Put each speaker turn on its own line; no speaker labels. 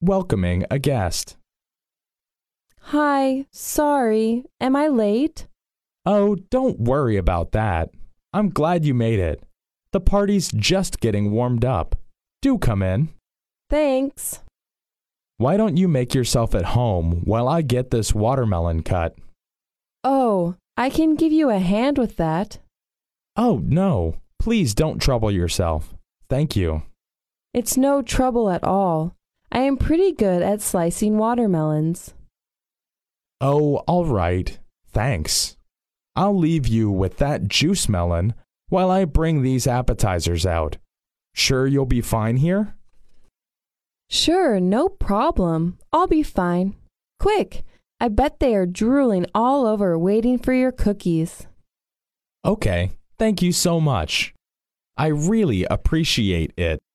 welcoming a guest.
Hi, sorry, am I late?
Oh, don't worry about that. I'm glad you made it. The party's just getting warmed up. Do come in.
Thanks.
Why don't you make yourself at home while I get this watermelon cut?
Oh, I can give you a hand with that.
Oh, no. Please don't trouble yourself. Thank you.
It's no trouble at all. I am pretty good at slicing watermelons.
Oh, all right. Thanks. I'll leave you with that juice melon while I bring these appetizers out. Sure you'll be fine here?
Sure, no problem. I'll be fine. Quick, I bet they are drooling all over waiting for your cookies.
Okay, thank you so much. I really appreciate it.